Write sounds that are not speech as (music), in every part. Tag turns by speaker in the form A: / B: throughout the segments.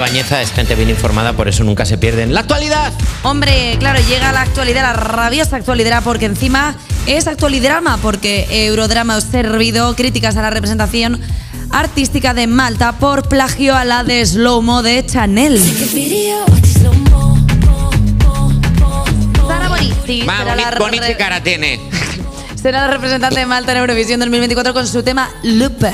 A: Bañeza es gente bien informada, por eso nunca se pierden. ¡La actualidad!
B: Hombre, claro, llega la actualidad, la rabiosa actualidad, porque encima es actualidrama, porque Eurodrama ha servido críticas a la representación artística de Malta por plagio a la de Slow Mo de Chanel. Sara Bonizzi
A: Va,
B: será la
A: boni- bonita
B: re-
A: cara tiene.
B: será la representante de Malta en Eurovisión 2024 con su tema Loop.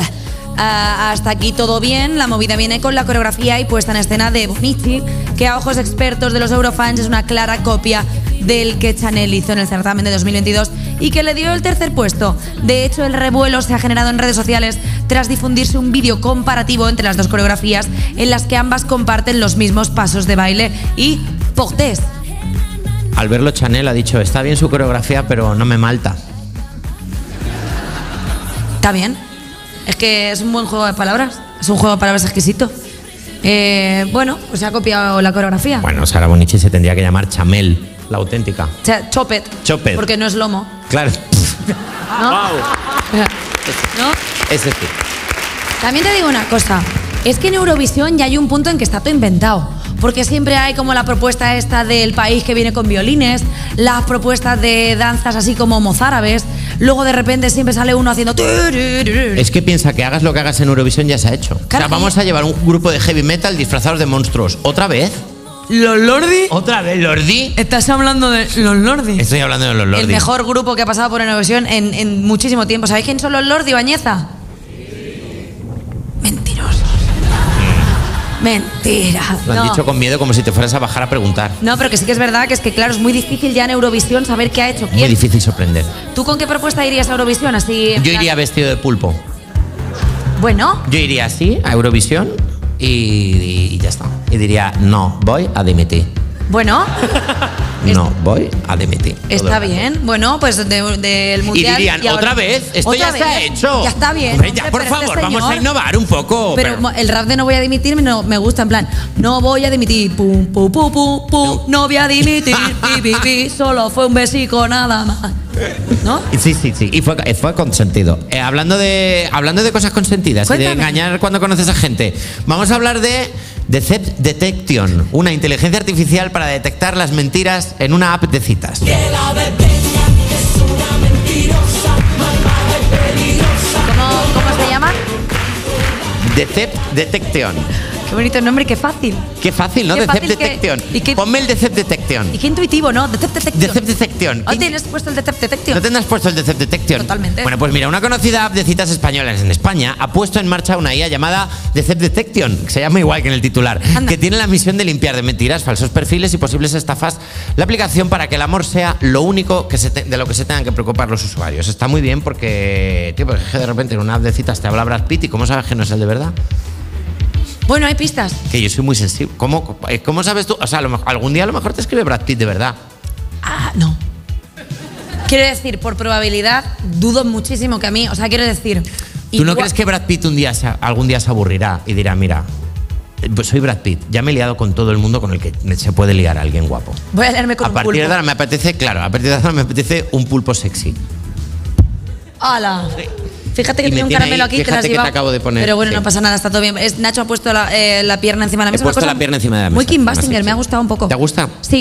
B: Ah, hasta aquí todo bien, la movida viene con la coreografía y puesta en escena de Bonici, que a ojos expertos de los Eurofans es una clara copia del que Chanel hizo en el certamen de 2022 y que le dio el tercer puesto. De hecho, el revuelo se ha generado en redes sociales tras difundirse un vídeo comparativo entre las dos coreografías en las que ambas comparten los mismos pasos de baile y portes.
A: Al verlo, Chanel ha dicho: Está bien su coreografía, pero no me malta.
B: Está bien. Es que es un buen juego de palabras. Es un juego de palabras exquisito. Eh, bueno, pues se ha copiado la coreografía.
A: Bueno, Sara Bonici se tendría que llamar Chamel, la auténtica.
B: O sea, chop it.
A: Chop it.
B: Porque no es lomo. (laughs)
A: Claro.
B: ¿no? ¿No?
A: Es decir,
B: También te digo una cosa. Es que en Eurovisión ya hay un punto en que está todo inventado. Porque siempre hay como la propuesta esta del país que viene con violines, las propuestas de danzas así como mozárabes. Luego de repente siempre sale uno haciendo... turururu.
A: es que piensa que hagas lo que hagas en Eurovisión ya se ha hecho. O sea,
B: Claro.
A: vamos a llevar un grupo de heavy metal disfrazados de monstruos. ¿Otra vez?
B: ¿Los Lordi?
A: ¿Otra vez, Lordi?
B: ¿Estás hablando de los Lordi?
A: Estoy hablando de los Lordi.
B: El mejor grupo que ha pasado por Eurovisión en, en muchísimo tiempo. ¿Sabéis quién son los Lordi Bañeza? Mentirosos. Mentira.
A: Mm. Lo han
B: No.
A: dicho con miedo como si te fueras a bajar a preguntar.
B: No, pero que sí que es verdad que es que, claro, es muy difícil ya en Eurovisión saber qué ha hecho
A: Muy
B: quién.
A: difícil sorprender.
B: ¿Tú con qué propuesta irías a Eurovisión? Así, en
A: Yo
B: plan-
A: iría vestido de pulpo.
B: Bueno,
A: Yo iría así a Eurovisión y, y ya está. Y diría, no, voy a dimitir. (laughs)
B: bueno,
A: No, voy a dimitir. Todo
B: está
A: el rato.
B: bien. Bueno, pues de- del
A: Y
B: Mundial.
A: dirían,
B: ahora-
A: otra vez, esto
B: ¿Otra
A: ya se ha
B: vez?
A: hecho.
B: Ya está bien.
A: Hombre,
B: hombre,
A: ya, por
B: pero este
A: favor, vamos a
B: señor-
A: innovar un poco.
B: Pero
A: pero-
B: mo- el rap de no voy a dimitir me, no- me gusta, en plan, no voy a dimitir, pum, pum, pum, pum, pum, no voy a dimitir, pi, pi, pi, solo fue un besico nada más. ¿No?
A: Sí, sí, sí. Y fue, eh, fue consentido. Eh, hablando, de, hablando de cosas consentidas y de
B: Cuéntame.
A: engañar cuando conoces a gente, vamos a hablar de Decept Detection, una inteligencia artificial para detectar las mentiras en una app de citas.
B: ¿Cómo, cómo se llama?
A: Decept Detection.
B: Qué bonito el nombre, y qué fácil.
A: Qué fácil, ¿no?
B: Qué
A: Decept
B: fácil que-
A: Detection.
B: y qué-
A: Ponme el Decept Detection.
B: Y qué intuitivo, ¿no? Decept Detection.
A: Decept Detection.
B: Oh, tienes puesto el Decept Detection.
A: ¿No tendrás puesto el Decept Detection?
B: Totalmente.
A: Bueno, pues mira, una conocida app de citas españolas en España ha puesto en marcha una IA llamada Decept Detection, que se llama igual que en el titular,
B: Anda.
A: que tiene la misión de limpiar de mentiras, falsos perfiles y posibles estafas la aplicación para que el amor sea lo único que se te- de lo que se tengan que preocupar los usuarios. Está muy bien porque, tío, porque es que de repente en una app de citas te habla Brad Pitt y ¿cómo sabes que no es el de verdad?
B: Bueno, hay pistas.
A: Que yo soy muy sensible. ¿Cómo, eh, cómo sabes tú? O sea, a lo mejor- algún día a lo mejor te escribe Brad Pitt de verdad.
B: Ah, no. Quiero decir, por probabilidad, dudo muchísimo que a mí, o sea, quiero decir...
A: ¿Tú no
B: igual-
A: crees que Brad Pitt un día se- algún día se aburrirá y dirá, mira, eh, pues soy Brad Pitt, ya me he liado con todo el mundo con el que me- se puede liar a alguien guapo?
B: Voy a leerme con
A: A
B: un
A: partir de
B: pulpo.
A: ahora me apetece, claro, a partir de ahora me apetece un pulpo sexy.
B: ¡Hala! Fíjate que
A: Y me
B: tiene un
A: tiene
B: caramelo
A: ahí,
B: aquí, te
A: fíjate
B: lo has
A: que te
B: llevado.
A: acabo de poner,
B: Pero bueno,
A: sí.
B: no pasa nada, está todo bien. Es, Nacho ha puesto la, eh, la pierna encima de la
A: He
B: mesa. una
A: puesto
B: cosa
A: la pierna encima de la mesa.
B: Muy Kim
A: Más
B: Basinger,
A: sexy.
B: me ha gustado un poco.
A: ¿Te gusta?
B: Sí,